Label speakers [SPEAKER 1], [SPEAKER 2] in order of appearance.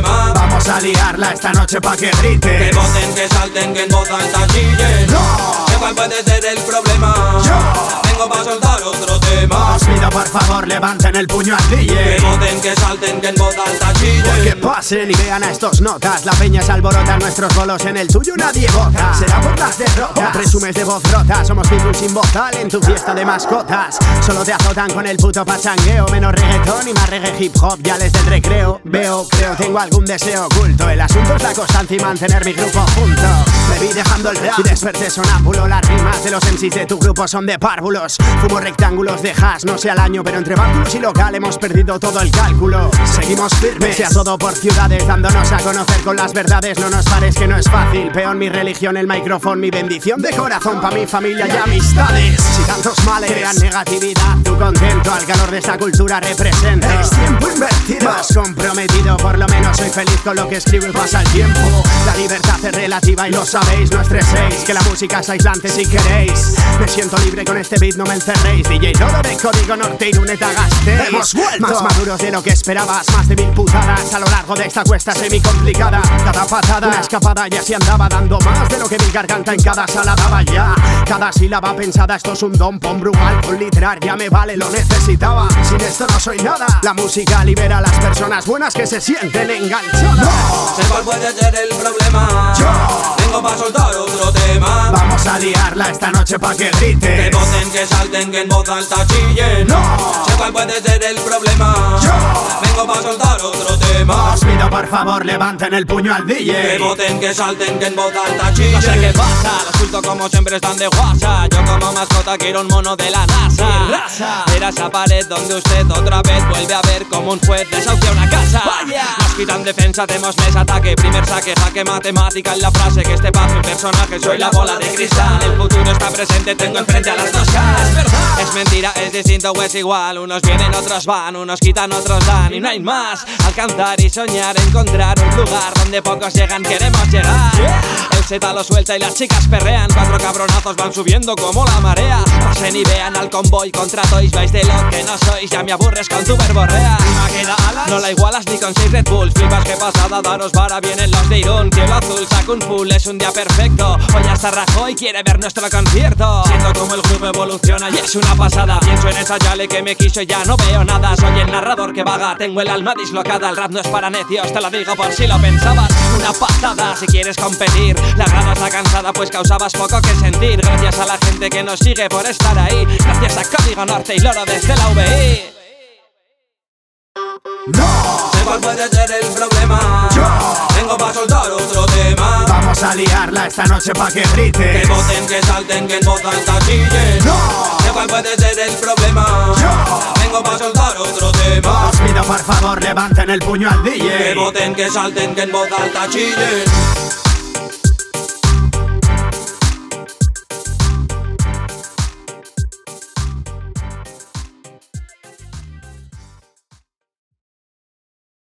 [SPEAKER 1] Vamos a liarla esta noche pa' que grite.
[SPEAKER 2] Que voten, que salten, que en voz alta chillen.
[SPEAKER 1] No.
[SPEAKER 2] Que cuál puede ser el problema.
[SPEAKER 1] Yo.
[SPEAKER 2] Vengo pa' soltar otro tema.
[SPEAKER 1] Os pido por favor levanten el puño al
[SPEAKER 2] Que
[SPEAKER 1] DJ.
[SPEAKER 2] voten, que salten, que en voz alta chillen.
[SPEAKER 1] Que pasen y vean a estos notas La peña se alborota, nuestros bolos en el tuyo nadie vota Será por las derrotas Presumes de voz rota, somos people sin vocal En tu fiesta de mascotas Solo te azotan con el puto pachangueo Menos reggaetón y más reggae hip hop Ya les del recreo, veo, creo, tengo algún deseo oculto El asunto es la constancia y mantener mi grupo junto Me vi dejando el rap y desperté sonámbulo Las rimas de los MCs de tu grupo son de párvulos Fumo rectángulos de hash, no sé al año Pero entre bárvulos y local hemos perdido todo el cálculo Seguimos firmes y a todo por ciudades Dándonos a conocer con las verdades No nos pares que no es fácil Peón mi religión, el micrófono, mi bendición de corazón Pa' mi familia y amistades Si tantos males crean negatividad Tu contento al calor de esta cultura representa Es tiempo invertido Más comprometido, por lo menos soy feliz con lo que escribo y pasa el tiempo La libertad es relativa y lo sabéis, no estreséis Que la música es aislante si queréis Me siento libre con este beat, no me encerréis DJ Loro de Código Norte y Luneta Gasteiz
[SPEAKER 3] ¡Hemos vuelto!
[SPEAKER 1] Más maduros de lo que esperabas Más de mil putadas a lo largo de esta cuesta semi-complicada Cada patada, una escapada y así andaba Dando más de lo que mi garganta en cada sala daba ya Cada sílaba pensada, esto es un don Pon brugal, con literar, ya me vale, lo necesitaba Sin esto no soy nada La música libera a las personas buenas que se sienten enganchadas
[SPEAKER 2] Sé cuál puede ser el problema.
[SPEAKER 1] Yo.
[SPEAKER 2] Vengo pa' soltar otro tema.
[SPEAKER 1] Vamos a liarla esta noche pa' que grite
[SPEAKER 2] Que voten, que salten, que en voz alta chillen.
[SPEAKER 1] No.
[SPEAKER 2] Sé cuál puede ser el problema.
[SPEAKER 1] Yo.
[SPEAKER 2] Vengo pa' soltar otro tema.
[SPEAKER 1] Os pido por favor levanten el puño al
[SPEAKER 2] Que
[SPEAKER 1] DJ
[SPEAKER 2] voten, que salten, que en voz alta chillen. No sé qué pasa, los cultos como siempre están de guasa. Yo como mascota quiero un mono de la NASA. Era esa pared donde usted otra vez vuelve a ver como un juez desahucia una casa. Nos quitan defensa, hacemos mes ataque. Primer saque, jaque matemática en la frase. Que este paz mi personaje, soy la bola de cristal. El futuro está presente, tengo enfrente a las dos caras. Es mentira, es distinto o es igual. Unos vienen, otros van, unos quitan, otros dan. Y no hay más. Alcanzar y soñar, encontrar un lugar donde pocos llegan, queremos llegar. El Z lo suelta y las chicas perrean. Cuatro cabronazos van subiendo como la marea. Pasen y vean al convoy contra Toys. Vais de lo que no sois, ya me aburres con tu verborrea. No la igualas ni con seis Red Bulls. Flipas que pasada, daros vara, vienen los de Irún. Cielo azul, saca un full, es un día perfecto. Hoy hasta Rajoy quiere ver nuestro concierto. Siento como el grupo evoluciona y es una pasada. Pienso en esa Yale que me quiso y ya no veo nada. Soy el narrador que vaga, tengo el alma dislocada. El rap no es para necios, te lo digo por si lo pensabas. Una pasada si quieres competir. La grada está cansada, pues causabas poco que sentir. Gracias a la gente que nos sigue por estar ahí. Gracias a Código Norte y Loro desde la VI.
[SPEAKER 1] ¡No!
[SPEAKER 2] Sé cuál puede ser el problema.
[SPEAKER 1] Yo.
[SPEAKER 2] Vengo para soltar otro tema.
[SPEAKER 1] Vamos a liarla esta noche pa' que grite
[SPEAKER 2] Que voten, que salten, que en voz alta chillen.
[SPEAKER 1] ¡No!
[SPEAKER 2] Sé cuál puede ser el problema.
[SPEAKER 1] Yo.
[SPEAKER 2] Vengo para soltar otro tema.
[SPEAKER 1] Os pido por favor levanten el puño al
[SPEAKER 2] Que
[SPEAKER 1] DJ
[SPEAKER 2] voten, que salten, que en voz alta chillen.